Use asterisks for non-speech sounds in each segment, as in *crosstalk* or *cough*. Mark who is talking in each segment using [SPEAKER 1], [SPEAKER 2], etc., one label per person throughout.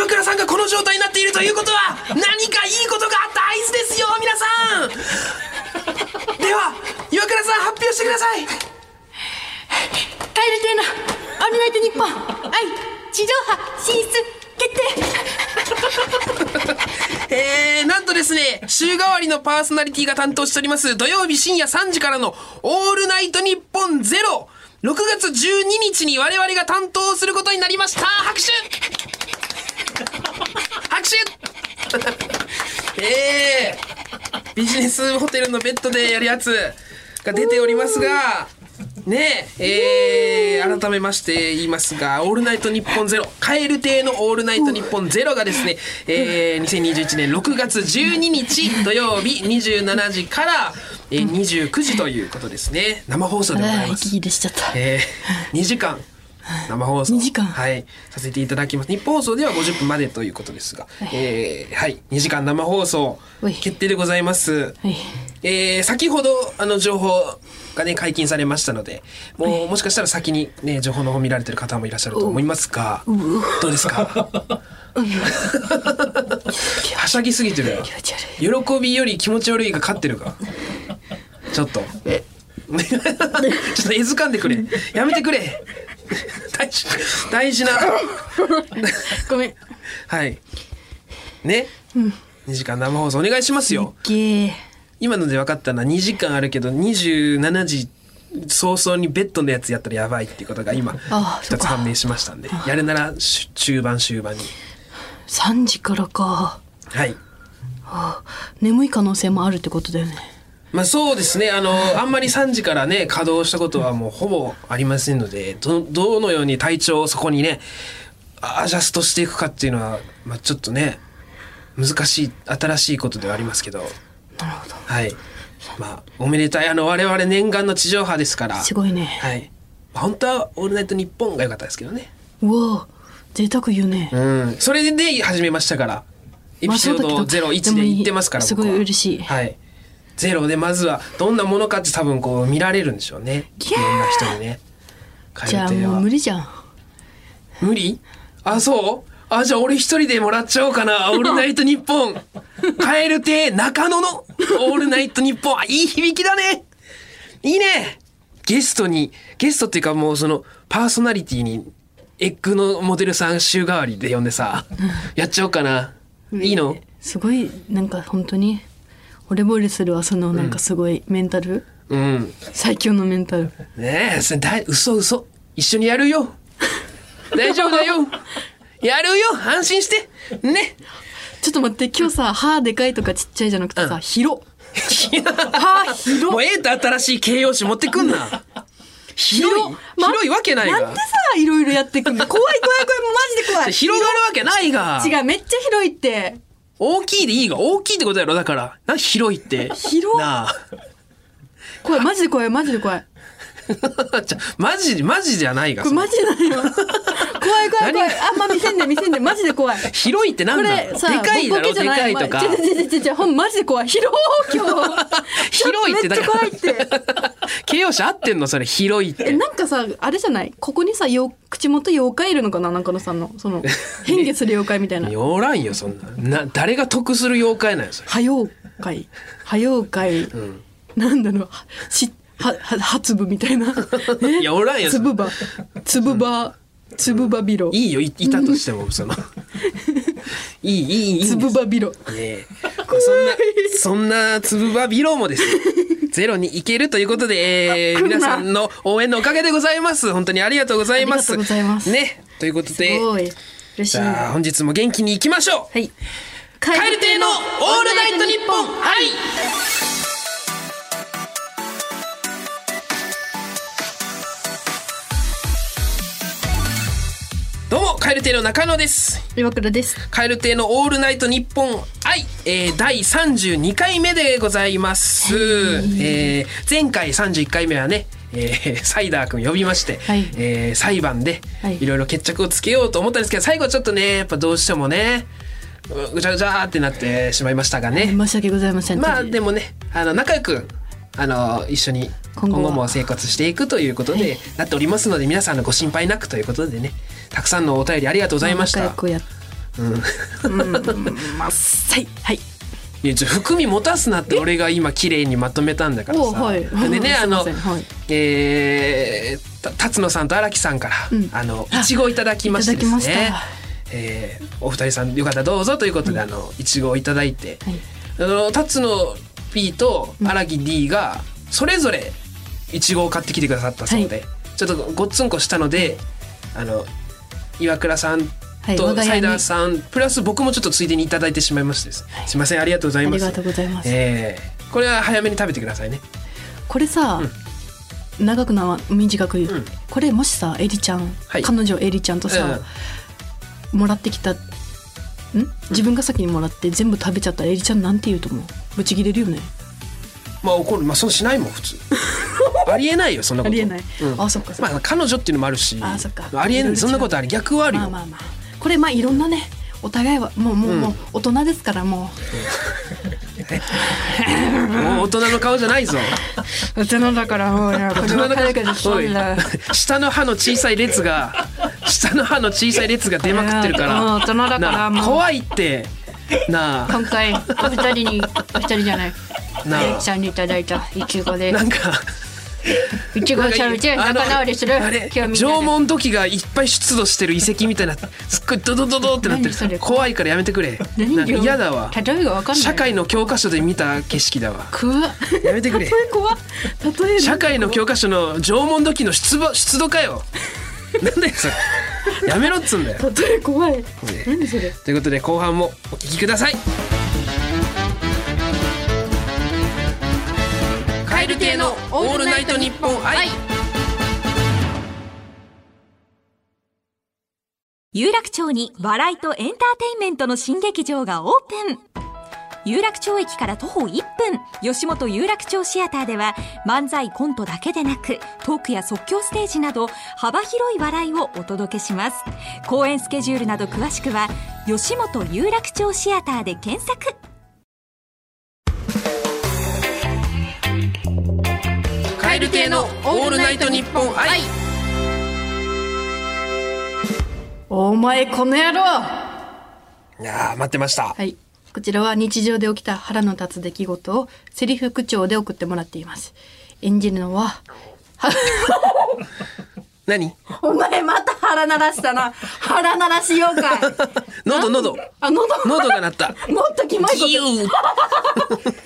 [SPEAKER 1] の状態になっているということは何かいいことがあった合図ですよ皆さんでは岩倉さん発表してください
[SPEAKER 2] 帰りてえなオールナイトニッポンはい地上波進出決定
[SPEAKER 1] えー、なんとですね、週替わりのパーソナリティが担当しております、土曜日深夜3時からの、オールナイトニッポンゼロ、6月12日に我々が担当することになりました拍手拍手えー、ビジネスホテルのベッドでやるやつが出ておりますが、ねえ、えー、改めまして言いますが「オールナイトニッポンゼロ蛙亭のオールナイトニッポンゼロがですね、えー、2021年6月12日土曜日27時から、えー、29時ということですね生放送でございます
[SPEAKER 2] 息。切れしちゃった
[SPEAKER 1] えー、2時 *laughs* 間生放送
[SPEAKER 2] 2時間
[SPEAKER 1] はい、させていただきます日本放送では50分までということですが、えーはい、2時間生放送
[SPEAKER 2] おい
[SPEAKER 1] 決定でございます
[SPEAKER 2] はい、
[SPEAKER 1] えー先ほどあの情報がね解禁されましたのでもうもしかしたら先にね情報の方見られてる方もいらっしゃると思いますがどうですか *laughs* はしゃぎすぎてるよ
[SPEAKER 2] 気持ち悪い
[SPEAKER 1] 喜びより気持ち悪いが勝ってるかちょっと *laughs* ちょっと絵図かんでくれやめてくれ大事大事な
[SPEAKER 2] ごめん
[SPEAKER 1] はいね、2時間生放送お願いしますよ
[SPEAKER 2] ゲー
[SPEAKER 1] 今ので分かったのは2時間あるけど27時早々にベッドのやつやったらやばいっていうことが今
[SPEAKER 2] ああそ
[SPEAKER 1] 2
[SPEAKER 2] っ
[SPEAKER 1] つ
[SPEAKER 2] か
[SPEAKER 1] 判明しましたんでやるならし中盤終盤に
[SPEAKER 2] 3時からか
[SPEAKER 1] はい
[SPEAKER 2] 眠い可能性もあるってことだよね
[SPEAKER 1] まあそうですねあのあんまり3時からね稼働したことはもうほぼありませんのでどどのように体調をそこにねあアジャストしていくかっていうのは、まあ、ちょっとね難しい新しいことではありますけど
[SPEAKER 2] なるほど
[SPEAKER 1] はいまあおめでたいあの我々念願の地上波ですから
[SPEAKER 2] すごいね
[SPEAKER 1] はい。本当はオールナイトニッポンが良かったですけどね。
[SPEAKER 2] うわ贅沢言うね
[SPEAKER 1] うん。それで始めましたから。エピソー
[SPEAKER 2] ま
[SPEAKER 1] ド
[SPEAKER 2] あそうだけど
[SPEAKER 1] ゼロ一で言ってますから。
[SPEAKER 2] でも
[SPEAKER 1] 僕
[SPEAKER 2] いい
[SPEAKER 1] は
[SPEAKER 2] すごい嬉しい
[SPEAKER 1] はい。ゼロでまずはどんなものかって多分こう見られるんでしょうね。いろんな人にね。
[SPEAKER 2] じゃあ
[SPEAKER 1] 蛙亭は
[SPEAKER 2] もう無理じゃん
[SPEAKER 1] 無理あそう。あじゃあ俺一人でもらっちゃおうか *laughs* な。オールナイトニッポン。蛙亭中野のオールナイトニッポン。あいい響きだね。いいねゲストに、ゲストっていうかもうその、パーソナリティに、エッグのモデルさん週替わりで呼んで *laughs* さ、やっちゃおうかな。いいの
[SPEAKER 2] すごいなんか本当に惚れ惚れするわそのなんかすごいメンタル、
[SPEAKER 1] うん。
[SPEAKER 2] 最強のメンタル
[SPEAKER 1] ねえ、それだい、嘘嘘。一緒にやるよ。大丈夫 *laughs* だよ。やるよ安心してね
[SPEAKER 2] ちょっと待って今日さ歯でかいとかちっちゃいじゃなくてさ、
[SPEAKER 1] うん
[SPEAKER 2] 広
[SPEAKER 1] *laughs*
[SPEAKER 2] っ
[SPEAKER 1] もう
[SPEAKER 2] 歯広っ
[SPEAKER 1] ええと新しい形容詞持ってくんな。広い
[SPEAKER 2] 広っま
[SPEAKER 1] 広いわけない
[SPEAKER 2] な
[SPEAKER 1] が。
[SPEAKER 2] んでさいろいろやってくんの怖い怖い怖いマジで怖い
[SPEAKER 1] 広がるわけないが。
[SPEAKER 2] 違うめっちゃ広いって
[SPEAKER 1] 大きいでいいが、大きいってことやろ、だから。な、広いって。
[SPEAKER 2] 広っ
[SPEAKER 1] なあ。
[SPEAKER 2] 怖いマジで怖いマジで怖い
[SPEAKER 1] *laughs* じゃマジ、マジじゃないが。
[SPEAKER 2] これ
[SPEAKER 1] その
[SPEAKER 2] マジでないわ怖い怖い怖いあんま見せんで見せんでマジで怖い
[SPEAKER 1] 広いってなん
[SPEAKER 2] こ
[SPEAKER 1] だ
[SPEAKER 2] れ
[SPEAKER 1] ろう
[SPEAKER 2] さ
[SPEAKER 1] でかいだ
[SPEAKER 2] ボ
[SPEAKER 1] ろ、
[SPEAKER 2] ケ
[SPEAKER 1] で
[SPEAKER 2] じゃな
[SPEAKER 1] か
[SPEAKER 2] い
[SPEAKER 1] いとか
[SPEAKER 2] ち。ょちょちょちょちょほんマジで怖い広い今日
[SPEAKER 1] *laughs* 広いってだ
[SPEAKER 2] めっちゃ
[SPEAKER 1] か
[SPEAKER 2] 怖
[SPEAKER 1] ら
[SPEAKER 2] いっ。て
[SPEAKER 1] *laughs* 形容詞合ってんのそれ、広いっ
[SPEAKER 2] え
[SPEAKER 1] て。
[SPEAKER 2] なんかさあれじゃないここにさよ口元妖怪いるのかな中野さんの
[SPEAKER 1] *laughs*
[SPEAKER 2] その変化する妖怪みたいな
[SPEAKER 1] おらんよ、そんな。な、誰が得する妖怪なんよ、それ。
[SPEAKER 2] 破妖怪破妖怪、なんだろうはしははは粒みた
[SPEAKER 1] *laughs*
[SPEAKER 2] いなえ
[SPEAKER 1] いやおらんやつ
[SPEAKER 2] 粒ば粒ば粒ばびろ
[SPEAKER 1] いいよ、いいたとしても、そ
[SPEAKER 2] *laughs*
[SPEAKER 1] の。いい、いい、いいんです。
[SPEAKER 2] 粒ばびろ
[SPEAKER 1] ねえ、まあそんなそんなつぶばビローもです
[SPEAKER 2] *laughs*
[SPEAKER 1] ねゼロに行けるということで、えー
[SPEAKER 2] 来る
[SPEAKER 1] 皆さ
[SPEAKER 2] な
[SPEAKER 1] んの応援のおかげでございます本当にありがとうございます
[SPEAKER 2] ありがとうございます
[SPEAKER 1] ねということ
[SPEAKER 2] す
[SPEAKER 1] で
[SPEAKER 2] ごい嬉しい
[SPEAKER 1] じゃあ
[SPEAKER 2] は
[SPEAKER 1] 本日も元気に行きましょう
[SPEAKER 2] い
[SPEAKER 1] カエル亭のオールナイトニッポン愛どうもカエル亭の中野です
[SPEAKER 2] 岩倉です
[SPEAKER 1] カエル亭のオールナイト日本愛、えー、第32回目でございます。えー、前回31回目はね、えー、サイダーくん呼びまして、
[SPEAKER 2] はい
[SPEAKER 1] えー裁判で
[SPEAKER 2] はい
[SPEAKER 1] いろいろ決着をつけようと思ったんですけど、最後ちょっとね、やっぱどうしてもね、うぐちゃぐちゃーってなってしまいましたがね。
[SPEAKER 2] 申し訳ございません
[SPEAKER 1] まあ
[SPEAKER 2] という
[SPEAKER 1] でもね、あの、仲良く、あの、一緒に今
[SPEAKER 2] 今後
[SPEAKER 1] 後
[SPEAKER 2] は
[SPEAKER 1] も生活していくということで、なっておりますので、皆さんのご心配なくということでね、たくさんのお便りありがとうございました。
[SPEAKER 2] 仲良くやっまっさいはい
[SPEAKER 1] いやちょ含み持たすなって俺が今綺麗にまとめたんだからさ、
[SPEAKER 2] おうはい
[SPEAKER 1] でね
[SPEAKER 2] *laughs* す
[SPEAKER 1] あ
[SPEAKER 2] いま
[SPEAKER 1] の、
[SPEAKER 2] せんはい
[SPEAKER 1] えーた辰野さんと荒木さんから、
[SPEAKER 2] ん
[SPEAKER 1] あのいちごいただきましてです
[SPEAKER 2] いただき
[SPEAKER 1] ね
[SPEAKER 2] ました、
[SPEAKER 1] えーお二人さんよかったらどうぞということで、あのいちごをいただいて、
[SPEAKER 2] はい
[SPEAKER 1] あの辰野 P と荒木 D がそれぞれいちごを買ってきてくださったそうで、ちょっとごっつんこしたので、あの岩倉さん
[SPEAKER 2] はい我
[SPEAKER 1] と
[SPEAKER 2] が家に
[SPEAKER 1] サイダーさんプラス僕もちょっとついでにいただいてしまいましてです、すいませんありがとうござい
[SPEAKER 2] あ
[SPEAKER 1] ま
[SPEAKER 2] り
[SPEAKER 1] す
[SPEAKER 2] がとうございます、
[SPEAKER 1] ええこれは早めに食べてくださいね
[SPEAKER 2] これさ、長くなわ短く言う、
[SPEAKER 1] うん
[SPEAKER 2] これもしさエリちゃん、
[SPEAKER 1] はい
[SPEAKER 2] 彼女エリちゃんとさ、もらってきたん自分が先にもらって全部食べちゃったらエリちゃんなんて言うと思うぶち切れるよね
[SPEAKER 1] まあ怒るまあそうしないもん普
[SPEAKER 2] *laughs*
[SPEAKER 1] 通ありえないよそんなこと
[SPEAKER 2] ありえない
[SPEAKER 1] うん
[SPEAKER 2] あそっかそっか
[SPEAKER 1] まあ彼女っていうのもあるし
[SPEAKER 2] あそっか
[SPEAKER 1] ありえ
[SPEAKER 2] いろ
[SPEAKER 1] ない
[SPEAKER 2] いろ違
[SPEAKER 1] うそんなことあり逆はあるよ、
[SPEAKER 2] まあまあまあこれまあいろんなねお互いはもうもう、もう大人ですからも
[SPEAKER 1] もう大人の顔じゃないぞ
[SPEAKER 2] う大人だからもう大
[SPEAKER 1] 大人の顔おい下の歯の小さい列が下の歯の小さい列が出まくってるから
[SPEAKER 2] うん大人だから
[SPEAKER 1] なあ
[SPEAKER 2] もう
[SPEAKER 1] 怖いってなあ
[SPEAKER 2] 今回お二人にお二人じゃない
[SPEAKER 1] なあ
[SPEAKER 2] エリちゃんにいただいたいちごで
[SPEAKER 1] な
[SPEAKER 2] す
[SPEAKER 1] んか
[SPEAKER 2] いちごを食べて
[SPEAKER 1] あの
[SPEAKER 2] 仲直りする
[SPEAKER 1] あれ
[SPEAKER 2] 今日みんなで
[SPEAKER 1] 縄文土器がいっぱい出土してる遺跡みたいなすっごいドドドドってなって
[SPEAKER 2] 何それ
[SPEAKER 1] る怖いからやめてくれ
[SPEAKER 2] 何
[SPEAKER 1] なんか
[SPEAKER 2] 量
[SPEAKER 1] 嫌だわ
[SPEAKER 2] 例えがわかんない
[SPEAKER 1] 社会の教科書で見た景色だわ
[SPEAKER 2] くわ
[SPEAKER 1] やめてくれ
[SPEAKER 2] 例え怖っ例え
[SPEAKER 1] 社会の教科書の縄文土器の出土出土かよなんだよそれやめろっつうんだよ
[SPEAKER 2] 例え怖い何それ
[SPEAKER 1] ということで後半もお聞きくださいカエル亭のオールナイトニッポン愛
[SPEAKER 3] 有楽町に笑いとエンターテインメントの新劇場がオープン有楽町駅から徒歩1分吉本有楽町シアターでは漫才コントだけでなくトークや即興ステージなど幅広い笑いをお届けします公演スケジュールなど詳しくは吉本有楽町シアターで検索
[SPEAKER 1] カエル亭のオールナイトニッポン愛
[SPEAKER 2] お前この野郎はい
[SPEAKER 1] やー待ってました
[SPEAKER 2] いこちらは日常で起きた腹の立つ出来事をセリフ口調で送ってもらっています演じるのは
[SPEAKER 1] 何
[SPEAKER 2] お前また腹鳴らしたな腹鳴らしようかい
[SPEAKER 1] *laughs* 喉喉
[SPEAKER 2] あ喉
[SPEAKER 1] 喉が鳴った
[SPEAKER 2] *laughs* もっとキモい
[SPEAKER 1] ギ
[SPEAKER 2] こ
[SPEAKER 1] ュー
[SPEAKER 2] と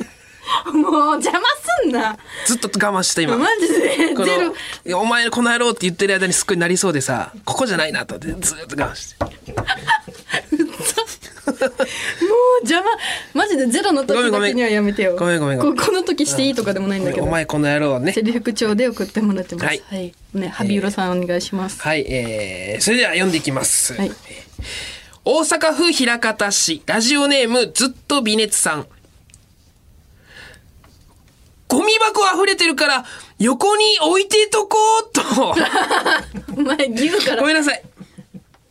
[SPEAKER 2] もう邪魔すんな
[SPEAKER 1] ずっと我慢してた今
[SPEAKER 2] マジで
[SPEAKER 1] こ
[SPEAKER 2] ゼロ
[SPEAKER 1] のいやお前この野郎って言ってる間にすっごいなりそうでさここじゃないなと思ってずーっと我慢して
[SPEAKER 2] もう邪魔マジでゼロの
[SPEAKER 1] ごめ
[SPEAKER 2] 時
[SPEAKER 1] んご
[SPEAKER 2] だ
[SPEAKER 1] めん
[SPEAKER 2] けにはやめてよ
[SPEAKER 1] ごめんごめんごめん
[SPEAKER 2] ここの時していいとかでもないんだけど
[SPEAKER 1] お前この野郎はね
[SPEAKER 2] セリフ口調で送ってもらってます
[SPEAKER 1] はい
[SPEAKER 2] はい、ねハビウロさんお願いします、
[SPEAKER 1] はいえー、それでは読んでいきます、
[SPEAKER 2] はい
[SPEAKER 1] 大阪府枚方市ラジオネームずっと微熱さんゴミ箱溢れてるから横に置いてとこう
[SPEAKER 2] *laughs*
[SPEAKER 1] と
[SPEAKER 2] お前ギブから
[SPEAKER 1] ごめんなさい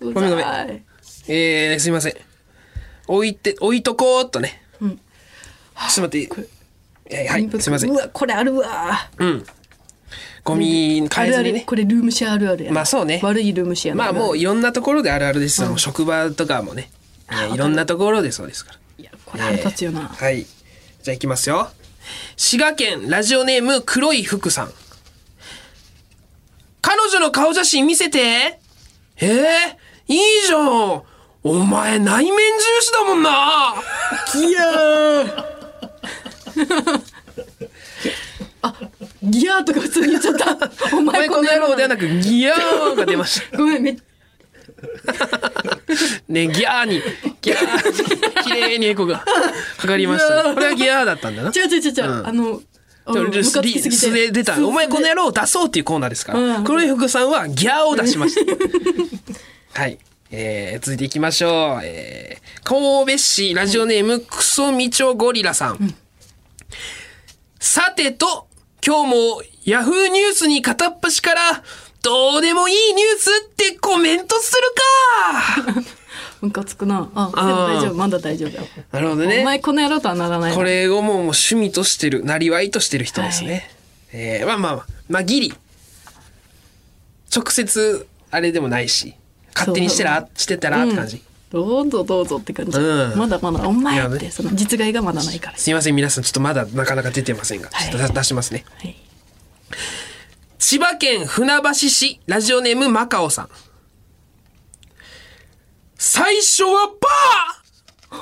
[SPEAKER 2] ご
[SPEAKER 1] めんごめんえー、すいません。置いて、置いとこうっとね。ちょっと待って。えーはい、すいません
[SPEAKER 2] う。わこれあるわ
[SPEAKER 1] ゴミ
[SPEAKER 2] あ
[SPEAKER 1] 変え
[SPEAKER 2] る
[SPEAKER 1] ず
[SPEAKER 2] あ
[SPEAKER 1] に
[SPEAKER 2] る
[SPEAKER 1] ね。
[SPEAKER 2] これルームシェアあるあるやな
[SPEAKER 1] まあそうね
[SPEAKER 2] 悪いルームシェア
[SPEAKER 1] まあもういろんなところであるあるですよ。もう職場とかもね。えーいろんなところでそうですから。
[SPEAKER 2] ういやこれ腹立つよな、
[SPEAKER 1] はい。じゃあ行きますよ。滋賀県ラジオネーム黒い服さん。彼女の顔写真見せて。えー、いいじゃん。お前内面重視だもんな。いやー。
[SPEAKER 2] ギアーとか普通に言っちゃった
[SPEAKER 1] *laughs*
[SPEAKER 2] お
[SPEAKER 1] お前
[SPEAKER 2] 前
[SPEAKER 1] こ
[SPEAKER 2] こ
[SPEAKER 1] の
[SPEAKER 2] の
[SPEAKER 1] 野
[SPEAKER 2] 野
[SPEAKER 1] 郎
[SPEAKER 2] 郎
[SPEAKER 1] ではなく、ギャーが出ました。
[SPEAKER 2] ごめんめっ
[SPEAKER 1] ね、ギャーに、ギャーに、綺麗にエコがかかりました、ね。これはギャーだったんだな。
[SPEAKER 2] ちゃうちゃうちゃうちゃう、
[SPEAKER 1] うん
[SPEAKER 2] あのあの
[SPEAKER 1] で
[SPEAKER 2] ムカ
[SPEAKER 1] 俺
[SPEAKER 2] つきすぎ
[SPEAKER 1] 素
[SPEAKER 2] て
[SPEAKER 1] で出た。お前この野郎を出そうっていうコーナーですから。
[SPEAKER 2] うん
[SPEAKER 1] 黒い服さんはギャーを出しま
[SPEAKER 2] *laughs*
[SPEAKER 1] した。はい。えー、続いていきましょう。えー、神戸市ラジオネーム、クソミチョゴリラさん。さてと、今日もヤフーニュースに片っ端から、どうでもいいニュースってコメントする
[SPEAKER 2] *laughs*
[SPEAKER 1] か
[SPEAKER 2] ムカつくなあ
[SPEAKER 1] あ
[SPEAKER 2] でも
[SPEAKER 1] ー
[SPEAKER 2] 大丈夫まだ大丈夫だよ、
[SPEAKER 1] なるほど
[SPEAKER 2] お
[SPEAKER 1] ね。
[SPEAKER 2] 前この野郎とはならない
[SPEAKER 1] これをもうもう趣味としてる、なりわいとしてる人ですね。
[SPEAKER 2] は
[SPEAKER 1] えーまあまあまあ、まあギリ。直接、あれでもないし、勝手にしてら、してたらって感じ。
[SPEAKER 2] どうぞどうぞって感じ、
[SPEAKER 1] うん
[SPEAKER 2] まだまだお前
[SPEAKER 1] い
[SPEAKER 2] っ
[SPEAKER 1] や
[SPEAKER 2] て
[SPEAKER 1] ね
[SPEAKER 2] その実害がまだないから、
[SPEAKER 1] すいません皆さんちょっとまだなかなか出てませんが、
[SPEAKER 2] はい
[SPEAKER 1] ちょっと出しますね
[SPEAKER 2] はい、
[SPEAKER 1] 千葉県船橋市ラジオネームマカオさん最初はパ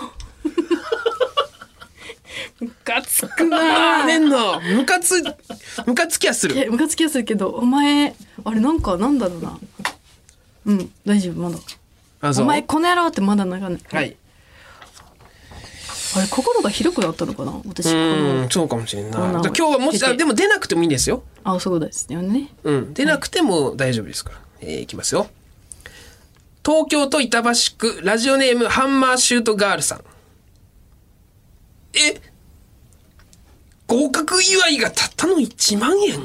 [SPEAKER 2] ガツく *laughs*
[SPEAKER 1] ー
[SPEAKER 2] な
[SPEAKER 1] ねんのムカつムカつきはする
[SPEAKER 2] えムカつきはするけどお前あれなんかなんだろうなうん大丈夫まだ
[SPEAKER 1] あ
[SPEAKER 2] お前この野郎ってまだならない、
[SPEAKER 1] はい
[SPEAKER 2] あれ心が広くなったのかな私
[SPEAKER 1] う
[SPEAKER 2] こ
[SPEAKER 1] ー
[SPEAKER 2] の
[SPEAKER 1] んそうかもしれんな
[SPEAKER 2] こ
[SPEAKER 1] だ
[SPEAKER 2] んなの
[SPEAKER 1] から今日はもし
[SPEAKER 2] 出
[SPEAKER 1] あ
[SPEAKER 2] て
[SPEAKER 1] でも出なくてもいいんですよ
[SPEAKER 2] あそうですよね
[SPEAKER 1] うん出なくても大丈夫ですから、えーいきますよ東京都板橋区ラジオネームハンマーシュートガールさんえ合格祝いがたったの1万円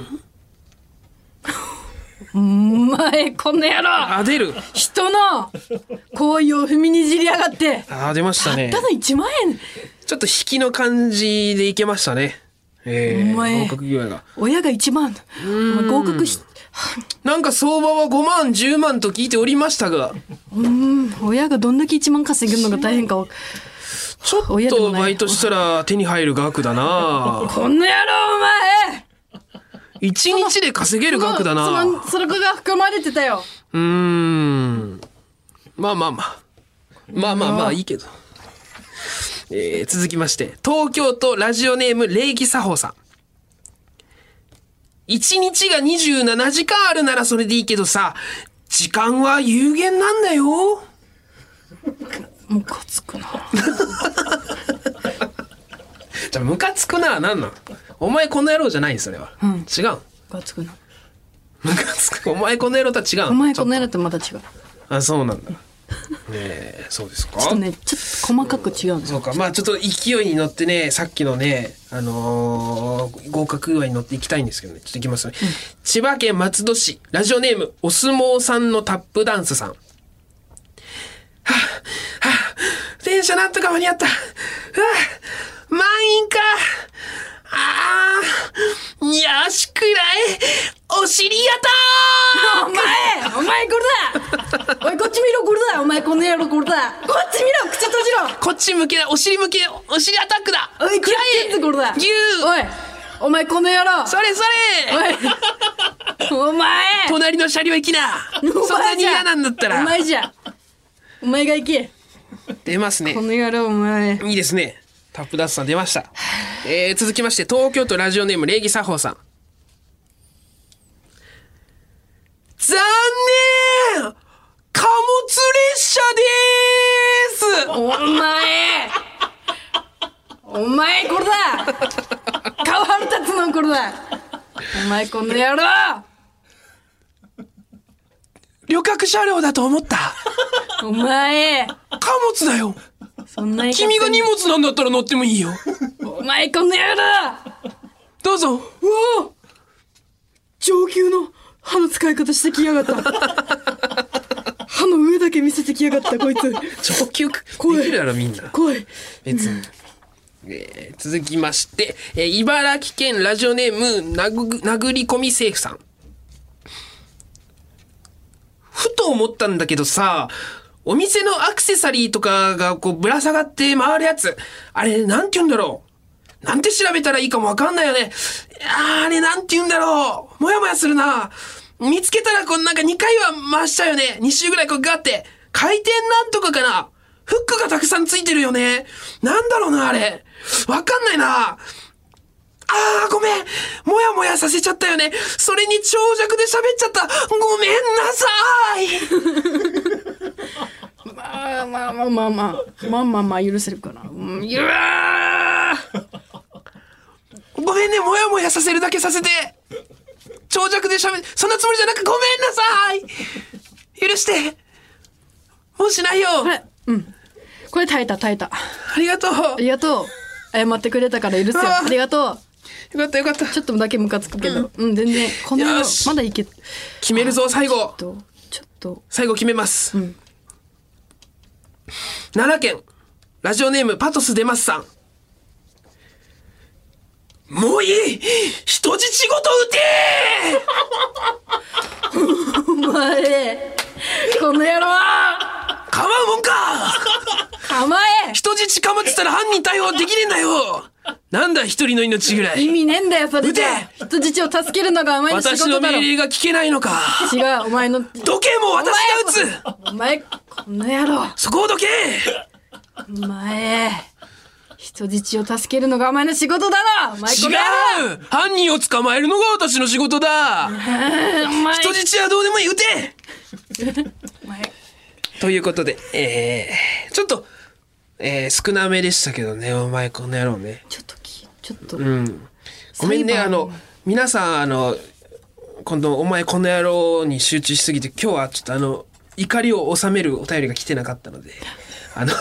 [SPEAKER 2] お前この
[SPEAKER 1] *laughs*
[SPEAKER 2] 野郎
[SPEAKER 1] あ出る
[SPEAKER 2] 人の行為を踏みにじりやがって
[SPEAKER 1] あ出ましたね
[SPEAKER 2] ただ1万円
[SPEAKER 1] ちょっと引きの感じでいけましたねええ
[SPEAKER 2] お前
[SPEAKER 1] 合格祝いが
[SPEAKER 2] 親が1万お前合格し
[SPEAKER 1] なんか相場は5万10万と聞いておりましたが
[SPEAKER 2] うん親がどんだけ1万稼ぐのが大変かわ
[SPEAKER 1] ちょっ
[SPEAKER 2] 親でも
[SPEAKER 1] と
[SPEAKER 2] ない
[SPEAKER 1] バイトしたら手に入る額だ
[SPEAKER 2] *laughs*
[SPEAKER 1] な
[SPEAKER 2] この野郎お前
[SPEAKER 1] 一日で稼げる額だな
[SPEAKER 2] そのその子が含まれてたよ
[SPEAKER 1] うーん。まあまあまあ。まあまあまあいいけど。えー続きまして、東京都ラジオネーム礼儀作法さん。一日が27時間あるならそれでいいけどさ、時間は有限なんだよ。
[SPEAKER 2] ムカつくな
[SPEAKER 1] じゃあ、ムカつくな、なんなん。お前この野郎じゃないそれは。
[SPEAKER 2] ん
[SPEAKER 1] 違う。
[SPEAKER 2] *laughs* ムカつくな
[SPEAKER 1] ムカつく。お前この野郎とは違う。
[SPEAKER 2] お前この
[SPEAKER 1] ち
[SPEAKER 2] 野郎とまた違うち
[SPEAKER 1] ょ
[SPEAKER 2] ょっ
[SPEAKER 1] っとあ、そうなんだ。ねえ、そうですか
[SPEAKER 2] とねちょっと細かく違うの
[SPEAKER 1] そうか、まあちょっと勢いに乗ってね、さっきのね、あのー合格具合に乗っていきたいんですけどね、ちょっといきますね。千葉県松戸市、ラジオネーム、お相撲さんのタップダンスさん。はあ、はあ、電車なんとか間に合った。はあ、満員か。ああ、よしくらい、お尻やった
[SPEAKER 2] お前お前これだおいこっち見ろこれだお前この野郎これだこっち見ろ口閉じろ
[SPEAKER 1] ーこっち向けだ、お尻向け、お尻アタックだ
[SPEAKER 2] おい嫌いってこれだ
[SPEAKER 1] ぎゅー
[SPEAKER 2] おいお前この野郎
[SPEAKER 1] それそれ
[SPEAKER 2] おいお前
[SPEAKER 1] *laughs* 隣の車両行き
[SPEAKER 2] *laughs*
[SPEAKER 1] な
[SPEAKER 2] お前
[SPEAKER 1] そんなに
[SPEAKER 2] じゃ
[SPEAKER 1] 嫌なんだった
[SPEAKER 2] お
[SPEAKER 1] ら
[SPEAKER 2] 前じゃお前が行け
[SPEAKER 1] 出ますね
[SPEAKER 2] この野郎お前
[SPEAKER 1] いいですねタップダンスさん出ました、えー、続きまして東京都ラジオネーム礼儀作法さん残念貨物列車でーす
[SPEAKER 2] お前お前これだ顔腹立つのこれだお前この野郎
[SPEAKER 1] 旅客車両だと思った
[SPEAKER 2] お前
[SPEAKER 1] 貨物だ
[SPEAKER 2] *laughs*
[SPEAKER 1] よ
[SPEAKER 2] そんな言い方
[SPEAKER 1] 君が荷物なんだったら乗ってもいいよ
[SPEAKER 2] お前この野郎
[SPEAKER 1] どうぞ
[SPEAKER 2] おお上級の歯の使い方してきやがった歯の上だけ見せてきやがったこいつ
[SPEAKER 1] 上級で
[SPEAKER 2] 怖い
[SPEAKER 1] きるやろみんな
[SPEAKER 2] 怖い
[SPEAKER 1] 別に。 *laughs* えー続きまして、えー茨城県ラジオネーム、なぐ、なぐり込み政府さん。ふと思ったんだけどさ、お店のアクセサリーとかがこうぶら下がって回るやつ。あれ、なんて言うんだろう。なんて調べたらいいかもわかんないよね。あーあれ、なんて言うんだろう。もやもやするな。見つけたらこうなんか2回は回しちゃうよね。2周ぐらいこうガって。回転なんとかかな。フックがたくさんついてるよね。なんだろうな、あれ。わかんないな。あー、ごめん。もやもやさせちゃったよね。それに長尺で喋っちゃった。ごめんなさい。
[SPEAKER 2] まあまあまあまあまあまあまあまあ許せるかな、うん、
[SPEAKER 1] うわーごめんね、もやもやさせるだけさせて。長尺で喋る。そんなつもりじゃなくごめんなさい。許して。もうしないよ。
[SPEAKER 2] これうんこれ耐えた耐えた
[SPEAKER 1] ありがとう。
[SPEAKER 2] ありがとう謝ってくれたから許すよ
[SPEAKER 1] あ
[SPEAKER 2] あ
[SPEAKER 1] ー
[SPEAKER 2] りがとう
[SPEAKER 1] よかったよかった。
[SPEAKER 2] ちょっとだけムカつくけどうん、全然この
[SPEAKER 1] よ
[SPEAKER 2] 野郎
[SPEAKER 1] し
[SPEAKER 2] まだいけ
[SPEAKER 1] 決めるぞ、最後。
[SPEAKER 2] とちょっと
[SPEAKER 1] 最後決めます、
[SPEAKER 2] ん
[SPEAKER 1] 奈良県ラジオネームパトス出ますさんもういい人質ごと撃て
[SPEAKER 2] お前この野郎
[SPEAKER 1] ーかまうもんか
[SPEAKER 2] 甘え
[SPEAKER 1] 人質かまってたら犯人逮捕できねえんだよなんだ一人の命ぐら
[SPEAKER 2] 意
[SPEAKER 1] い
[SPEAKER 2] 味ねえんだよ、それじゃ。人質を助けるのがお前の仕
[SPEAKER 1] 私の
[SPEAKER 2] 事だろ。
[SPEAKER 1] 命
[SPEAKER 2] 違う、
[SPEAKER 1] 令が聞けないのか
[SPEAKER 2] お前の、
[SPEAKER 1] 時計も私が撃
[SPEAKER 2] お前、この野郎。
[SPEAKER 1] つそこをどけ
[SPEAKER 2] お前、人質を助けるのがお前の仕事だろ。お前、こ
[SPEAKER 1] 違
[SPEAKER 2] の野郎。
[SPEAKER 1] う犯人を捕まえるのが私の仕事だ
[SPEAKER 2] お前、
[SPEAKER 1] 人質はどうでもいい撃て
[SPEAKER 2] *laughs* お前、
[SPEAKER 1] ということで、えー、ちょっと、えー、少なめでしたけどね、お前この野郎ね。
[SPEAKER 2] ちょっとき、ちょっと、
[SPEAKER 1] うん。ごめんね、
[SPEAKER 2] 裁判
[SPEAKER 1] あの、皆さん、あの、今度、お前この野郎に集中しすぎて、今日はちょっとあの、怒りを収めるお便りが来てなかったの
[SPEAKER 2] *laughs*
[SPEAKER 1] で、あの、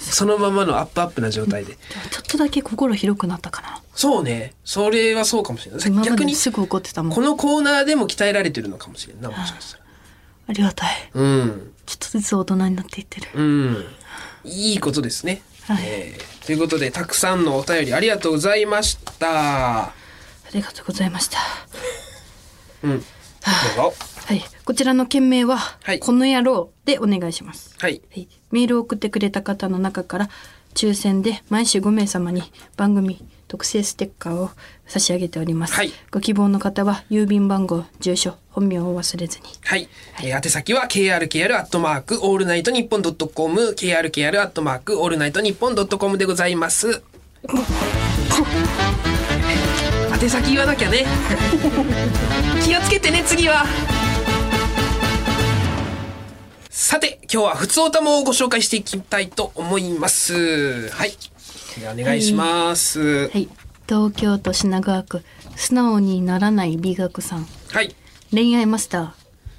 [SPEAKER 1] そのままのアップアップな状態で。
[SPEAKER 2] ちょっとだけ心広くなったかな。
[SPEAKER 1] そうね、それはそうかもしれない。
[SPEAKER 2] 今ま
[SPEAKER 1] 逆に
[SPEAKER 2] で、すぐ怒ってたも
[SPEAKER 1] こ
[SPEAKER 2] ん。
[SPEAKER 1] のコーナーでも鍛えられてるのかもしれんな、もしかしたら。
[SPEAKER 2] ありがたい。
[SPEAKER 1] うん。
[SPEAKER 2] ちょっとずつ大人になっていってる。
[SPEAKER 1] うん。いいことですね。
[SPEAKER 2] はい
[SPEAKER 1] えーということで、たくさんのお便りありがとうございました。
[SPEAKER 2] ありがとうございました。
[SPEAKER 1] うん。どうぞ。
[SPEAKER 2] はい。こちらの件名は、
[SPEAKER 1] はい
[SPEAKER 2] この野郎でお願いします。
[SPEAKER 1] はい。
[SPEAKER 2] はい、メールを送ってくれた方の中から抽選で毎週5名様に番組特製ステッカーを差し上げております、
[SPEAKER 1] はい
[SPEAKER 2] ご希望の方は郵便番号住所本名を忘れずに
[SPEAKER 1] はい。えー宛先は krkr アットマークオールナイトニッポンドットコム krkr アットマークオールナイトニッポンドットコムでございます。 *laughs* 宛先言わなきゃね。 *laughs* 気をつけてね次は。さて今日は普通おたもをご紹介していきたいと思います。はい。ではお願いします。
[SPEAKER 2] はい東京都品川区素直にならない美学さん
[SPEAKER 1] はい。
[SPEAKER 2] 恋愛マスター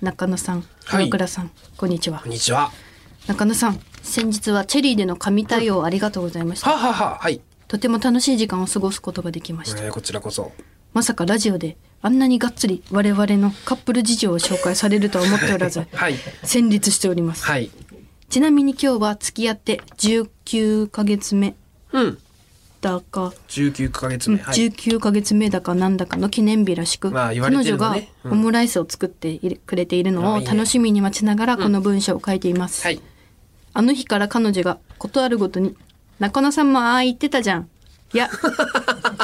[SPEAKER 2] 中野さん
[SPEAKER 1] はい
[SPEAKER 2] 岩倉さん、こんにちは
[SPEAKER 1] こんにちは。
[SPEAKER 2] 中野さん先日はチェリーでの神対応ありがとうございました、
[SPEAKER 1] ははは。はい。
[SPEAKER 2] とても楽しい時間を過ごすことができました
[SPEAKER 1] えーこちらこそ。
[SPEAKER 2] まさかラジオであんなにがっつり我々のカップル事情を紹介されるとは思っておらず、
[SPEAKER 1] はい
[SPEAKER 2] 戦慄しております、
[SPEAKER 1] はい。
[SPEAKER 2] ちなみに今日は付き合って19ヶ月目
[SPEAKER 1] うん。
[SPEAKER 2] だか、
[SPEAKER 1] 19ヶ月目。はい。
[SPEAKER 2] 19ヶ月目だかなんだかの記念日らしく、
[SPEAKER 1] まあ言わ
[SPEAKER 2] 彼
[SPEAKER 1] れてる
[SPEAKER 2] 女
[SPEAKER 1] の
[SPEAKER 2] が
[SPEAKER 1] ね
[SPEAKER 2] オムライスを作っているくれているの
[SPEAKER 1] あ
[SPEAKER 2] を
[SPEAKER 1] いいね
[SPEAKER 2] 楽しみに待ちながらこの文章を書いています、
[SPEAKER 1] はい。
[SPEAKER 2] あの日から彼女がことあるごとに「中野さんもああ言ってたじゃん」いや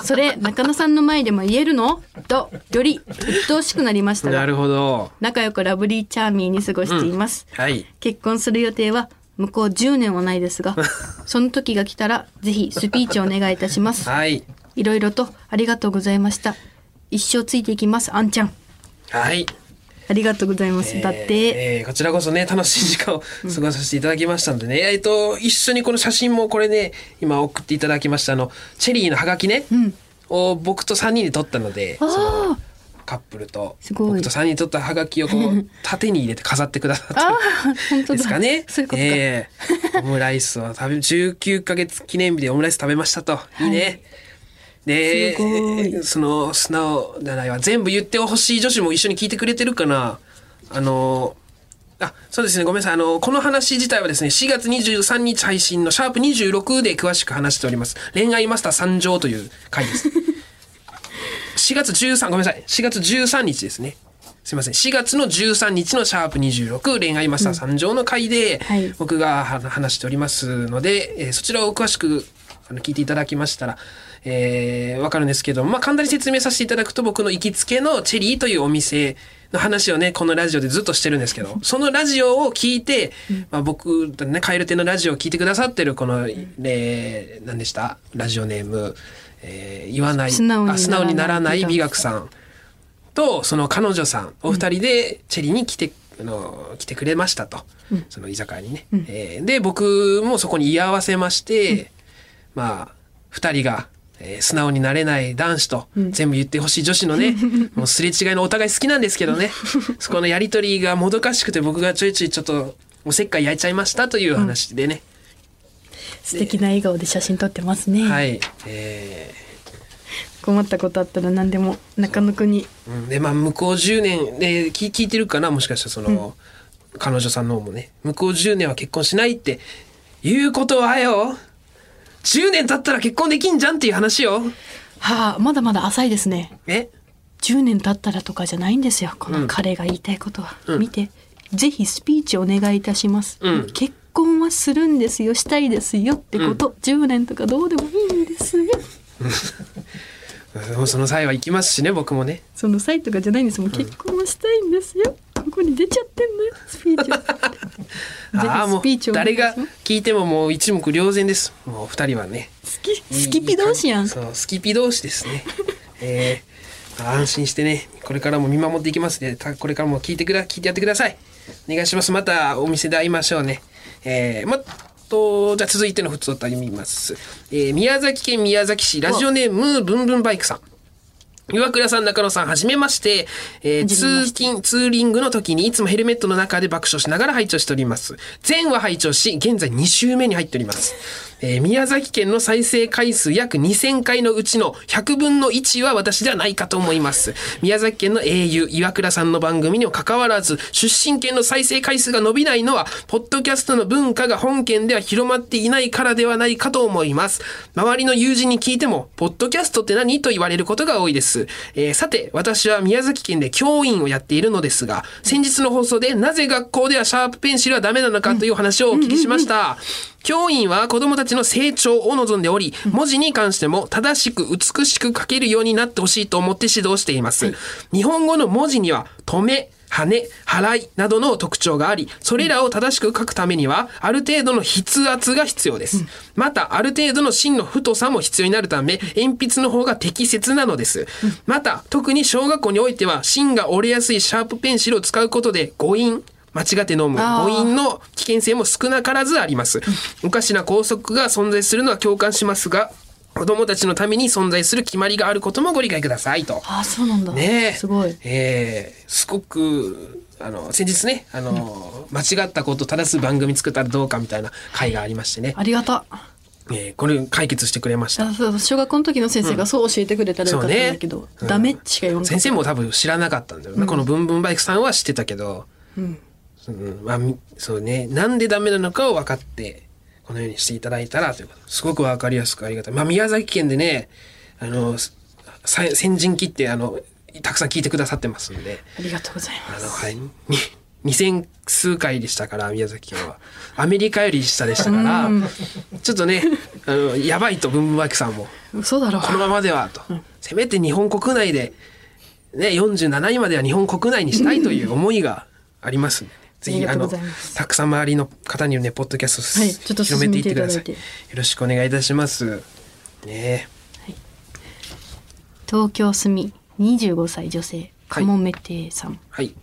[SPEAKER 2] それ中野さんの前でも言えるのとより鬱陶しくなりました
[SPEAKER 1] な
[SPEAKER 2] が
[SPEAKER 1] るほど。
[SPEAKER 2] 仲良くラブリーチャーミーに過ごしています、
[SPEAKER 1] はい。
[SPEAKER 2] 結婚する予定は向こう10年はないで
[SPEAKER 1] *laughs*
[SPEAKER 2] すがその時が来たらぜひスピーチをお願いいたします
[SPEAKER 1] はい。
[SPEAKER 2] いろいろとありがとうございました一生ついていきますあんちゃん
[SPEAKER 1] はい。
[SPEAKER 2] ありがとうございます、だって、
[SPEAKER 1] えーこちらこそね、楽しい時間を過ごさせていただきましたんでね。えっと、一緒にこの写真もこれね、今送っていただきました、あの、チェリーのハガキね、を僕と3人で撮ったので、そのカップルと、
[SPEAKER 2] すごい
[SPEAKER 1] 僕と3人で撮ったハガキをこ
[SPEAKER 2] *laughs*
[SPEAKER 1] う、縦に入れて飾ってくださった。
[SPEAKER 2] 本当
[SPEAKER 1] で
[SPEAKER 2] だ
[SPEAKER 1] すかね。
[SPEAKER 2] そういうことか、
[SPEAKER 1] ええオムライスを食べ、19ヶ月記念日でオムライス食べましたと。いいね。
[SPEAKER 2] すご
[SPEAKER 1] で、
[SPEAKER 2] い
[SPEAKER 1] その、素直じゃないわ。全部言ってほしい女子も一緒に聞いてくれてるかな。あの、あ、そうですね。ごめんなさい。あの、この話自体はですね、4月23日配信のシャープ26で詳しく話しております。恋愛マスター参上という回です。4月13ごめんなさい4月13日ですねすいません4月の13日の「シャープ #26 恋愛マスター参上」の回で
[SPEAKER 2] はい
[SPEAKER 1] 僕がは話しておりますので、えーそちらを詳しくあの聞いていただきましたら、えー、わかるんですけど、まあ、簡単に説明させていただくと僕の行きつけのチェリーというお店の話をねこのラジオでずっとしてるんですけ
[SPEAKER 2] *laughs*
[SPEAKER 1] どそのラジオを聞いて、まあ、僕ね蛙亭のラジオを聞いてくださってるこの、えー何でしたラジオネーム、えー言わない
[SPEAKER 2] 素直にならない
[SPEAKER 1] あ素直にならない美学さんとその彼女さんお二人でチェリーに来て、あの来てくれましたと、その居酒屋にね、えーで僕もそこに居合わせまして、まあ二人が、えー素直になれない男子と、全部言ってほしい女子の *laughs* ねもうすれ違いのお互い好きなんですけ *laughs* どねそこのやり取りがもどかしくて僕がちょいちょいちょっとおせっかい焼いちゃいましたという話でね、
[SPEAKER 2] 素敵な笑顔で写真撮ってますね、
[SPEAKER 1] はい、えー
[SPEAKER 2] 困ったことあったら何でも中野くんに
[SPEAKER 1] うんでまあ向こう10年で聞聞いてるかなもしかしたらその、彼女さんの方もね向こう10年は結婚しないっていうことはよ10年経ったら結婚できんじゃんっていう話よ
[SPEAKER 2] はあまだまだ浅いですね
[SPEAKER 1] え
[SPEAKER 2] 10年経ったらとかじゃないんですよこの彼が言いたいことは、見てぜひスピーチお願いいたします、結婚はするんですよしたいですよってこと、10年とかどうでもいいんですよ
[SPEAKER 1] うんその際は行きますしね僕もね
[SPEAKER 2] その際とかじゃないんですもう結婚はしたいんですよここに出ちゃってんのよスピーチをぜ
[SPEAKER 1] *laughs* ああー
[SPEAKER 2] ひ
[SPEAKER 1] も
[SPEAKER 2] スピーチ
[SPEAKER 1] う
[SPEAKER 2] をお願
[SPEAKER 1] 誰
[SPEAKER 2] いしま
[SPEAKER 1] が
[SPEAKER 2] す
[SPEAKER 1] 聞いてももう一目瞭然ですもう二人はね
[SPEAKER 2] 好き好きピ同士やん
[SPEAKER 1] そう好きピ同士です
[SPEAKER 2] *laughs*
[SPEAKER 1] ねえー安心してねこれからも見守っていきますねたこれからも聞いてくだ聞いてやってくださいお願いしますまたお店で会いましょうねえー、まとじゃあ続いての普通と読みます、えー宮崎県宮崎市ラジオネームブンブンバイクさん岩倉さん、中野さん、はじめまして。えー
[SPEAKER 2] はじめま
[SPEAKER 1] 通
[SPEAKER 2] して
[SPEAKER 1] 勤、ツーリングの時にいつもヘルメットの中で爆笑しながら拝聴しております。前は拝聴し、現在2週目に入っております。えー宮崎県の再生回数約2000回のうちの100分の1は私ではないかと思います。宮崎県の英雄、岩倉さんの番組にもかかわらず、出身県の再生回数が伸びないのは、ポッドキャストの文化が本県では広まっていないからではないかと思います。周りの友人に聞いても、ポッドキャストって何と言われることが多いです。えーさて、私は宮崎県で教員をやっているのですが、先日の放送でなぜ学校ではシャープペンシルはダメなのかという話をお聞きしました。教員は子供たちの成長を望んでおり、文字に関しても正しく美しく書けるようになってほしいと思って指導しています。日本語の文字には、止め、羽、払いなどの特徴があり、それらを正しく書くためには、ある程度の筆圧が必要です。また、ある程度の芯の太さも必要になるため、鉛筆の方が適切なのです。また、特に小学校においては、芯が折れやすいシャープペンシルを使うことで、誤飲、間違って飲む、
[SPEAKER 2] あー
[SPEAKER 1] 誤飲の危険性も少なからずあります。おかしな校則が存在するのは共感しますが、子供たちのために存在する決まりがあることもご理解くださいと。
[SPEAKER 2] ああそうなんだ、
[SPEAKER 1] ねえ
[SPEAKER 2] すごい
[SPEAKER 1] えーすごくあの先日ねあの、間違ったことを正す番組作ったらどうかみたいな会がありましてね、
[SPEAKER 2] ありがた
[SPEAKER 1] えーこれ解決してくれました
[SPEAKER 2] あそう小学校の時の先生がそう教えてくれたらよかったんだけど、
[SPEAKER 1] うん
[SPEAKER 2] ダメっちしか言わなかっ
[SPEAKER 1] 先
[SPEAKER 2] た
[SPEAKER 1] 生も多分知らなかったんだよね、この「ブンブンバイク」さんは知ってたけど、うんまあ、みそうねなんでダメなのかを分かってこのようにしていただいたらということすごく分かりやすくありがたい、まあ、宮崎県でねあのさ先陣切ってあのたくさん聞いてくださってますんで。
[SPEAKER 2] ありがとうございま
[SPEAKER 1] あ
[SPEAKER 2] す
[SPEAKER 1] の、はい、に2000数回でしたから、宮崎県は。アメリカより下でしたから、ちょっとね、あの、やばいと、ブンブンバイクさんも、
[SPEAKER 2] 嘘だろ
[SPEAKER 1] このままではと、せめて日本国内で、ね、47位までは日本国内にしたいという思いがありますんでね、ぜ
[SPEAKER 2] あり
[SPEAKER 1] ひ、
[SPEAKER 2] が
[SPEAKER 1] あ
[SPEAKER 2] とう
[SPEAKER 1] の、
[SPEAKER 2] ございます
[SPEAKER 1] たくさん周りの方にね、ポッドキャストを、
[SPEAKER 2] はいちょっと進
[SPEAKER 1] 広め
[SPEAKER 2] め
[SPEAKER 1] て
[SPEAKER 2] て
[SPEAKER 1] い
[SPEAKER 2] い
[SPEAKER 1] っててくだ
[SPEAKER 2] ただ
[SPEAKER 1] さ
[SPEAKER 2] い
[SPEAKER 1] い。
[SPEAKER 2] て
[SPEAKER 1] よろしくお願いいたします。ね
[SPEAKER 2] 東京住み25歳女性
[SPEAKER 1] は
[SPEAKER 2] か
[SPEAKER 1] い
[SPEAKER 2] もめ亭さん、
[SPEAKER 1] はい。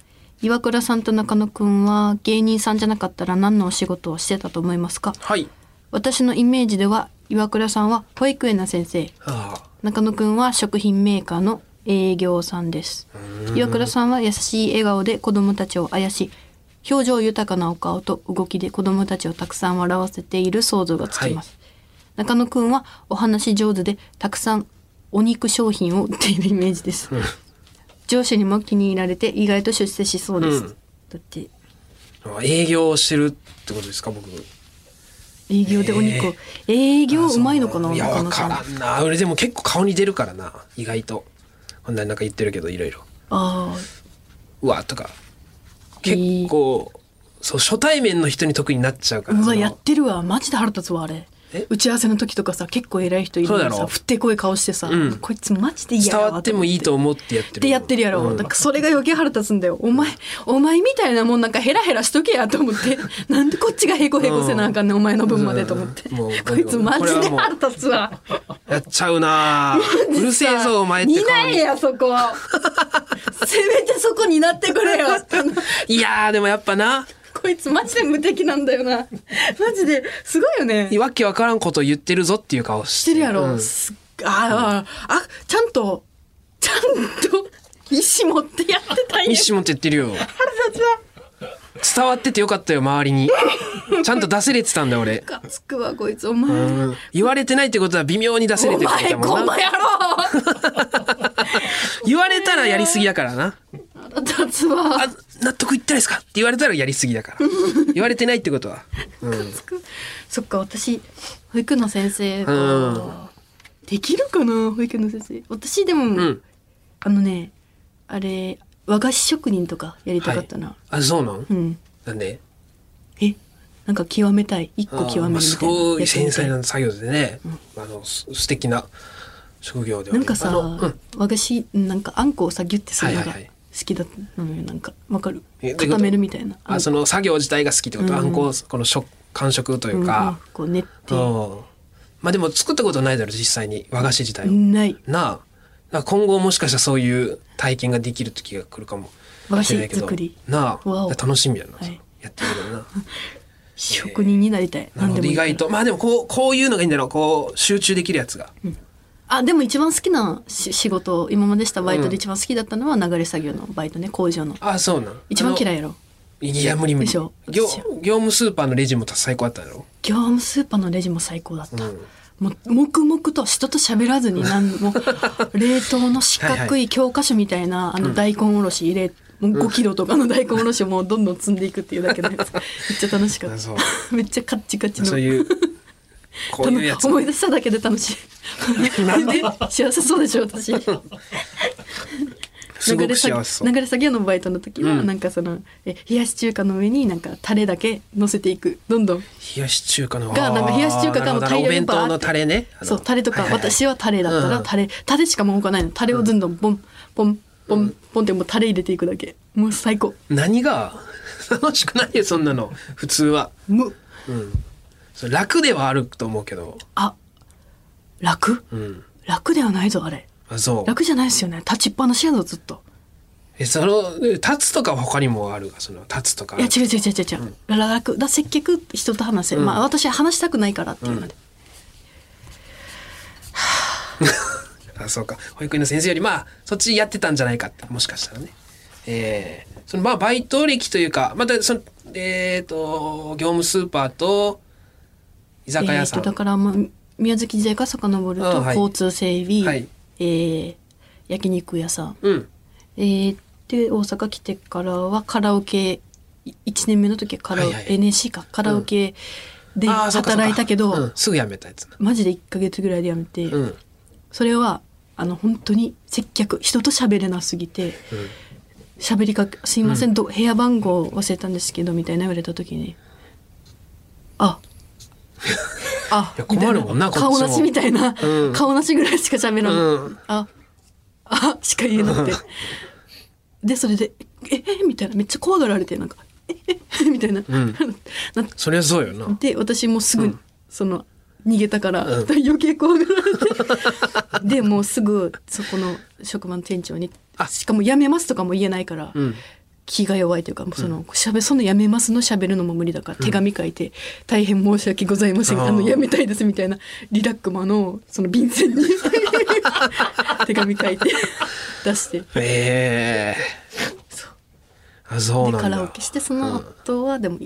[SPEAKER 2] 岩倉さんと中野くんは芸人さんじゃなかったら何のお仕事をしてたと思いますか
[SPEAKER 1] はい。
[SPEAKER 2] 私のイメージでは岩倉さんは保育園の先生
[SPEAKER 1] あ
[SPEAKER 2] 中野くんは食品メーカーの営業さんです岩倉さんは優しい笑顔で子供たちをあやし表情豊かなお顔と動きで子供たちをたくさん笑わせている想像がつきます、中野くんはお話上手でたくさんお肉商品を売っているイメージです上司にも気に入られて意外と出世しそうです、
[SPEAKER 1] うん
[SPEAKER 2] だって
[SPEAKER 1] あ営業をしてるってことですか、僕。
[SPEAKER 2] 営業でお肉を、営業うまいのかな
[SPEAKER 1] や
[SPEAKER 2] 中
[SPEAKER 1] わ
[SPEAKER 2] 野
[SPEAKER 1] か
[SPEAKER 2] さん
[SPEAKER 1] ら
[SPEAKER 2] あ
[SPEAKER 1] んな俺でも結構顔に出るからな意外とこんなになんか言ってるけどいろいろ
[SPEAKER 2] あ
[SPEAKER 1] うわとか
[SPEAKER 2] えー
[SPEAKER 1] 結構、そう初対面の人に特になっちゃうから
[SPEAKER 2] う
[SPEAKER 1] そ
[SPEAKER 2] わ
[SPEAKER 1] の
[SPEAKER 2] やってるわマジで腹立つわあれ
[SPEAKER 1] え
[SPEAKER 2] 打ち合わせの時とかさ結構偉い人いるのに
[SPEAKER 1] そうだろ
[SPEAKER 2] さ振ってこい顔してさ、
[SPEAKER 1] ん
[SPEAKER 2] こいつマジで嫌
[SPEAKER 1] 伝
[SPEAKER 2] やわ
[SPEAKER 1] わってもいいと
[SPEAKER 2] う
[SPEAKER 1] 思ってやってる
[SPEAKER 2] でやってるやろ、
[SPEAKER 1] うん
[SPEAKER 2] なんかそれが余計腹立つんだよお前お前みたいなもんなんかヘラヘラしとけやと思って
[SPEAKER 1] *laughs*
[SPEAKER 2] なんでこっちがへこへこせなあかんねん、お前の分までと思って、
[SPEAKER 1] うんもう
[SPEAKER 2] こいつマジ
[SPEAKER 1] これ
[SPEAKER 2] で
[SPEAKER 1] はもう
[SPEAKER 2] 腹立つわ
[SPEAKER 1] やっちゃう
[SPEAKER 2] *laughs*
[SPEAKER 1] なうるせえぞお前って
[SPEAKER 2] 担えやそ
[SPEAKER 1] *laughs*
[SPEAKER 2] こせめてそこになってくれよ
[SPEAKER 1] いやーでもやっぱな
[SPEAKER 2] こいつマジで無敵なんだよな。マジですごいよね。
[SPEAKER 1] わけわからんこと言ってるぞっていう顔し
[SPEAKER 2] してるやろ。
[SPEAKER 1] うん
[SPEAKER 2] すっあーあ、ちゃんと、ちゃんと、意思持ってやってたんや
[SPEAKER 1] ミッ。シモって言ってるよ
[SPEAKER 2] 腹立つわ。
[SPEAKER 1] 伝わっててよかったよ周りに
[SPEAKER 2] *laughs*
[SPEAKER 1] ちゃんと出せれてたんだ俺
[SPEAKER 2] かつくわ、こいつ。お前。
[SPEAKER 1] うん言われてないってことは微妙に出せれ
[SPEAKER 2] お
[SPEAKER 1] てるみた
[SPEAKER 2] 前、
[SPEAKER 1] いも
[SPEAKER 2] こ
[SPEAKER 1] ん
[SPEAKER 2] ん
[SPEAKER 1] な
[SPEAKER 2] なやろ
[SPEAKER 1] 言われたらやりすぎだからな
[SPEAKER 2] 腹立つわ。
[SPEAKER 1] あ納得いってないですかって言われたらやりすぎ
[SPEAKER 2] *laughs*
[SPEAKER 1] だから言われてないってことは、うん、
[SPEAKER 2] つくそっか、私、保育の先生か
[SPEAKER 1] うん
[SPEAKER 2] できるかな、保育の先生。私、でも、
[SPEAKER 1] うん
[SPEAKER 2] あのね、あれ、和菓子職人とかやりたかったな。
[SPEAKER 1] あそうなん
[SPEAKER 2] うん。
[SPEAKER 1] なんで
[SPEAKER 2] えなんか極めたい一個極めるみたい
[SPEAKER 1] ま
[SPEAKER 2] な
[SPEAKER 1] あ、すごい
[SPEAKER 2] やって
[SPEAKER 1] 繊
[SPEAKER 2] みた
[SPEAKER 1] 細な作業でね、あのす素敵な職業ではあ
[SPEAKER 2] な
[SPEAKER 1] り
[SPEAKER 2] んかさ、
[SPEAKER 1] あのうん
[SPEAKER 2] 和菓子なんかあんこをさギュッてするの
[SPEAKER 1] はい
[SPEAKER 2] が
[SPEAKER 1] はい
[SPEAKER 2] 好
[SPEAKER 1] はい
[SPEAKER 2] きだったのよなんかわかる
[SPEAKER 1] えどういうこと
[SPEAKER 2] 固めるみたいな
[SPEAKER 1] あそ
[SPEAKER 2] の
[SPEAKER 1] の作業自体が好きってこと、
[SPEAKER 2] うん
[SPEAKER 1] あんこをこの食感触というか、
[SPEAKER 2] こう練って
[SPEAKER 1] うんまあでも作ったことないだろ実際に和菓子自体を、
[SPEAKER 2] ない
[SPEAKER 1] なあなんか今後もしかしたらそういう体験ができる時が来るかも
[SPEAKER 2] 和菓
[SPEAKER 1] し
[SPEAKER 2] 子
[SPEAKER 1] れないけど
[SPEAKER 2] 作り
[SPEAKER 1] なあ
[SPEAKER 2] わお
[SPEAKER 1] 楽しみやな、
[SPEAKER 2] はい
[SPEAKER 1] やってみるな
[SPEAKER 2] 職人になりたい
[SPEAKER 1] なるほど
[SPEAKER 2] い
[SPEAKER 1] 意
[SPEAKER 2] いから
[SPEAKER 1] 外とまあでもこうこういうのがいいんだろうこう集中できるやつが、
[SPEAKER 2] あでも一番好きなし仕事今までしたバイトで一番好きだったのは流れ作業のバイトね工場の
[SPEAKER 1] ああそうなん
[SPEAKER 2] 一番嫌
[SPEAKER 1] い
[SPEAKER 2] いやろ
[SPEAKER 1] いや無理無理
[SPEAKER 2] でしょ
[SPEAKER 1] 業業
[SPEAKER 2] 私は
[SPEAKER 1] 務スーパーのレジも最高だったんだろ
[SPEAKER 2] 業務スーパーのレジも最高だった、
[SPEAKER 1] うん
[SPEAKER 2] もう黙々と人と喋らずに何も
[SPEAKER 1] *laughs*
[SPEAKER 2] 冷凍の四角い教科書みたいなあの大根おろし入れ、もう5キロとかの大根おろしをもうどんどん積んでいくっていうだけのや
[SPEAKER 1] *laughs*
[SPEAKER 2] つめっちゃ楽しかっ
[SPEAKER 1] あそう
[SPEAKER 2] た *laughs* めっちゃカッチカチの
[SPEAKER 1] そう
[SPEAKER 2] *laughs*
[SPEAKER 1] いうこういうやつ
[SPEAKER 2] たの思い出しただけで
[SPEAKER 1] *laughs*
[SPEAKER 2] 楽しい
[SPEAKER 1] なんで
[SPEAKER 2] 幸せそうでしょ私
[SPEAKER 1] すご
[SPEAKER 2] 流
[SPEAKER 1] く
[SPEAKER 2] れ作
[SPEAKER 1] 幸せそう
[SPEAKER 2] 流れ作業のバイトの時は、
[SPEAKER 1] うん
[SPEAKER 2] なんかそのえ冷やし中華の上になんかタレだけ乗せていくどんどん
[SPEAKER 1] 冷やし中華の
[SPEAKER 2] がなんか冷やし中華がもう
[SPEAKER 1] あーなるほど
[SPEAKER 2] 大量に
[SPEAKER 1] お弁
[SPEAKER 2] バー
[SPEAKER 1] 当
[SPEAKER 2] って
[SPEAKER 1] のタレねあの
[SPEAKER 2] そうタレとか、
[SPEAKER 1] はいはい
[SPEAKER 2] 私はタレだったら、
[SPEAKER 1] うん
[SPEAKER 2] タレタレしかもうがないのタレをどんどんポンポンポンポンってもうタレ入れていくだけもう最高
[SPEAKER 1] 何が *laughs* 楽しくないよそんなの普通は
[SPEAKER 2] む
[SPEAKER 1] それ楽ではあると思うけど
[SPEAKER 2] あ楽、
[SPEAKER 1] うん
[SPEAKER 2] 楽ではないぞあれ
[SPEAKER 1] あそう
[SPEAKER 2] 楽じゃないですよね立ちっぱなしやぞずっと
[SPEAKER 1] えその立つとかは他にもあるがその立つとか
[SPEAKER 2] いや違う違う違う違う違う、楽だ接客人と話せ、まあ私は話したくないからっていうので、
[SPEAKER 1] あそうか保育園の先生よりまあそっちやってたんじゃないかってもしかしたらねえーそのまあバイト歴というかまたそのえっ、と業務スーパーと居酒
[SPEAKER 2] え
[SPEAKER 1] 屋
[SPEAKER 2] ー
[SPEAKER 1] さ
[SPEAKER 2] と
[SPEAKER 1] ん、
[SPEAKER 2] だからもう宮崎時代から遡る
[SPEAKER 1] う
[SPEAKER 2] と
[SPEAKER 1] んはい
[SPEAKER 2] 交通整備、
[SPEAKER 1] はい
[SPEAKER 2] えー焼肉屋さん、
[SPEAKER 1] うん
[SPEAKER 2] えーで大阪来てからはカラオケい1年目の時はカラオ、
[SPEAKER 1] はいはい
[SPEAKER 2] NSC かカラオケで
[SPEAKER 1] あーそうかそうか
[SPEAKER 2] 働いたけど、
[SPEAKER 1] うんすぐ辞めたやつな
[SPEAKER 2] マジで1ヶ月ぐらいでやめて、
[SPEAKER 1] うん
[SPEAKER 2] それはあの本当に接客人と喋れなすぎて喋、りかけ「すいません、ど部屋番号忘れたんですけど」みたいな言われた時に「
[SPEAKER 1] *laughs*
[SPEAKER 2] ああ
[SPEAKER 1] いや困るもんな
[SPEAKER 2] みたい
[SPEAKER 1] こっちも
[SPEAKER 2] 顔なしみたいな、
[SPEAKER 1] うん
[SPEAKER 2] 顔なしぐらいしか喋らない、
[SPEAKER 1] うん
[SPEAKER 2] ああしか言えなくてでそれで「ええみたいなめっちゃ怖がられてなんか「ええ *laughs* みたいな、
[SPEAKER 1] ん
[SPEAKER 2] なっ
[SPEAKER 1] そりゃそうよな
[SPEAKER 2] で私もすぐ、その逃げたから、
[SPEAKER 1] うん
[SPEAKER 2] 余計怖がら
[SPEAKER 1] *laughs*
[SPEAKER 2] れてでもうすぐそこの職場の店長に
[SPEAKER 1] あ
[SPEAKER 2] しかも「辞めます」とかも言えないから、
[SPEAKER 1] うん
[SPEAKER 2] 気が弱いというかもうその,、しゃべその「辞めます」の喋るのも無理だから、手紙書いて「大変申し訳ございません
[SPEAKER 1] あー
[SPEAKER 2] あの辞めたいです」みたいなリラックマのその便箋
[SPEAKER 1] *laughs*
[SPEAKER 2] に手紙書いて出して。
[SPEAKER 1] ええ
[SPEAKER 2] そう
[SPEAKER 1] あそう
[SPEAKER 2] で
[SPEAKER 1] なんだ
[SPEAKER 2] カラオケしてその後はでも、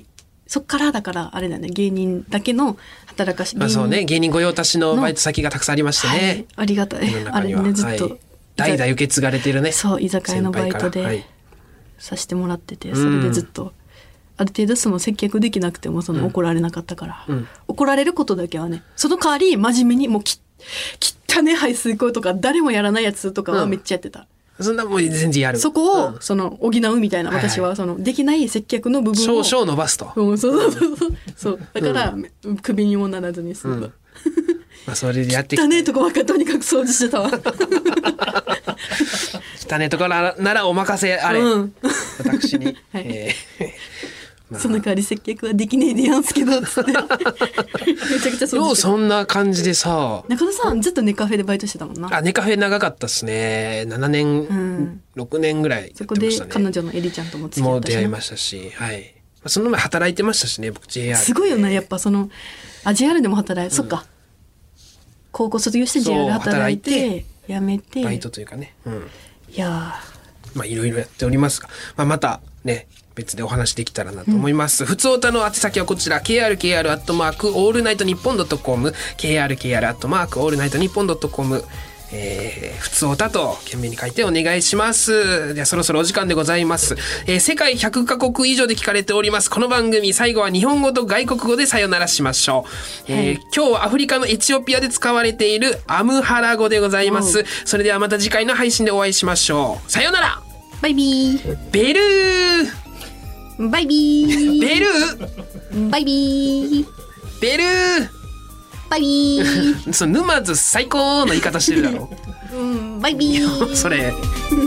[SPEAKER 2] そっからだからあれだよね芸人だけの働かし
[SPEAKER 1] まあそうね芸人御用達の
[SPEAKER 2] の
[SPEAKER 1] バイト先がたくさんありましてね、
[SPEAKER 2] はい、ありがたい
[SPEAKER 1] 世の
[SPEAKER 2] あ
[SPEAKER 1] 中に
[SPEAKER 2] れ
[SPEAKER 1] は
[SPEAKER 2] ねずっと、
[SPEAKER 1] はい、代々受け継がれているね
[SPEAKER 2] そう居酒屋のバイト
[SPEAKER 1] 先輩からは
[SPEAKER 2] で
[SPEAKER 1] い
[SPEAKER 2] さしてもらってて、それでずっとある程度その接客できなくてもその怒られなかったから、
[SPEAKER 1] ん
[SPEAKER 2] 怒られることだけはねその代わり真面目にもうき汚ね排水口とか誰もやらないやつとかはめっちゃやってた。
[SPEAKER 1] そんなもう全然やる
[SPEAKER 2] そこをその補うみたいな、
[SPEAKER 1] はいはい
[SPEAKER 2] 私はそのできない接客の部分
[SPEAKER 1] 少
[SPEAKER 2] を
[SPEAKER 1] 々伸ばすと、
[SPEAKER 2] うんそうそうそうそうだから、クビにもならずに済んだ、
[SPEAKER 1] まあ、それでやってき
[SPEAKER 2] 汚ねえとこばっかとにかく掃除してたわ
[SPEAKER 1] 汚ねところならならお任せ *laughs* あれ、
[SPEAKER 2] うん
[SPEAKER 1] 私
[SPEAKER 2] *laughs*
[SPEAKER 1] に、
[SPEAKER 2] はい
[SPEAKER 1] ええまあ
[SPEAKER 2] その代わり接客はできねえでやんすけどっ
[SPEAKER 1] *laughs*
[SPEAKER 2] つってめちゃくちゃ
[SPEAKER 1] よ
[SPEAKER 2] そう
[SPEAKER 1] うそんな感じでさ
[SPEAKER 2] 中田さんずっとネカフェでバイトしてたもんな
[SPEAKER 1] あネカフェ長かったっすね7年、
[SPEAKER 2] ん
[SPEAKER 1] 6年ぐらいやって
[SPEAKER 2] そ
[SPEAKER 1] ま
[SPEAKER 2] こで
[SPEAKER 1] したね
[SPEAKER 2] 彼女のエリちゃんとも付き合
[SPEAKER 1] も
[SPEAKER 2] っ
[SPEAKER 1] う
[SPEAKER 2] た
[SPEAKER 1] 出
[SPEAKER 2] し
[SPEAKER 1] 会い
[SPEAKER 2] な
[SPEAKER 1] ましたし、はい。まあその前働いてましたしね、僕 JR。
[SPEAKER 2] すごいよなやっぱそのあ JR でも働いて、そっか高校卒業して JR 働い
[SPEAKER 1] そう
[SPEAKER 2] て辞めて
[SPEAKER 1] バイトというかね。うん。
[SPEAKER 2] いや
[SPEAKER 1] まあいろいろやっておりますが、まあまたね、別でお話できたらなと思います。普通歌の宛先はこちら、krkr アットマークオールナイトニッポンドットコム、krkr アットマークオールナイトニッポンドットコム。えー、普通歌と懸命に書いてお願いします。ではそろそろお時間でございます。えー世界100カ国以上で聞かれております。この番組、最後は日本語と外国語でさよならしましょう。えー今日はアフリカのエチオピアで使われているアムハラ語でございます。それではまた次回の配信でお会いしましょう。さようなら
[SPEAKER 2] ーバイビー
[SPEAKER 1] ベルー
[SPEAKER 2] バイビー
[SPEAKER 1] 出る
[SPEAKER 2] *laughs* バイビー
[SPEAKER 1] 出る
[SPEAKER 2] バイビ *laughs* ー
[SPEAKER 1] その沼津最高の言い方してるだろ
[SPEAKER 2] うんバイビー
[SPEAKER 1] それ
[SPEAKER 2] バイビー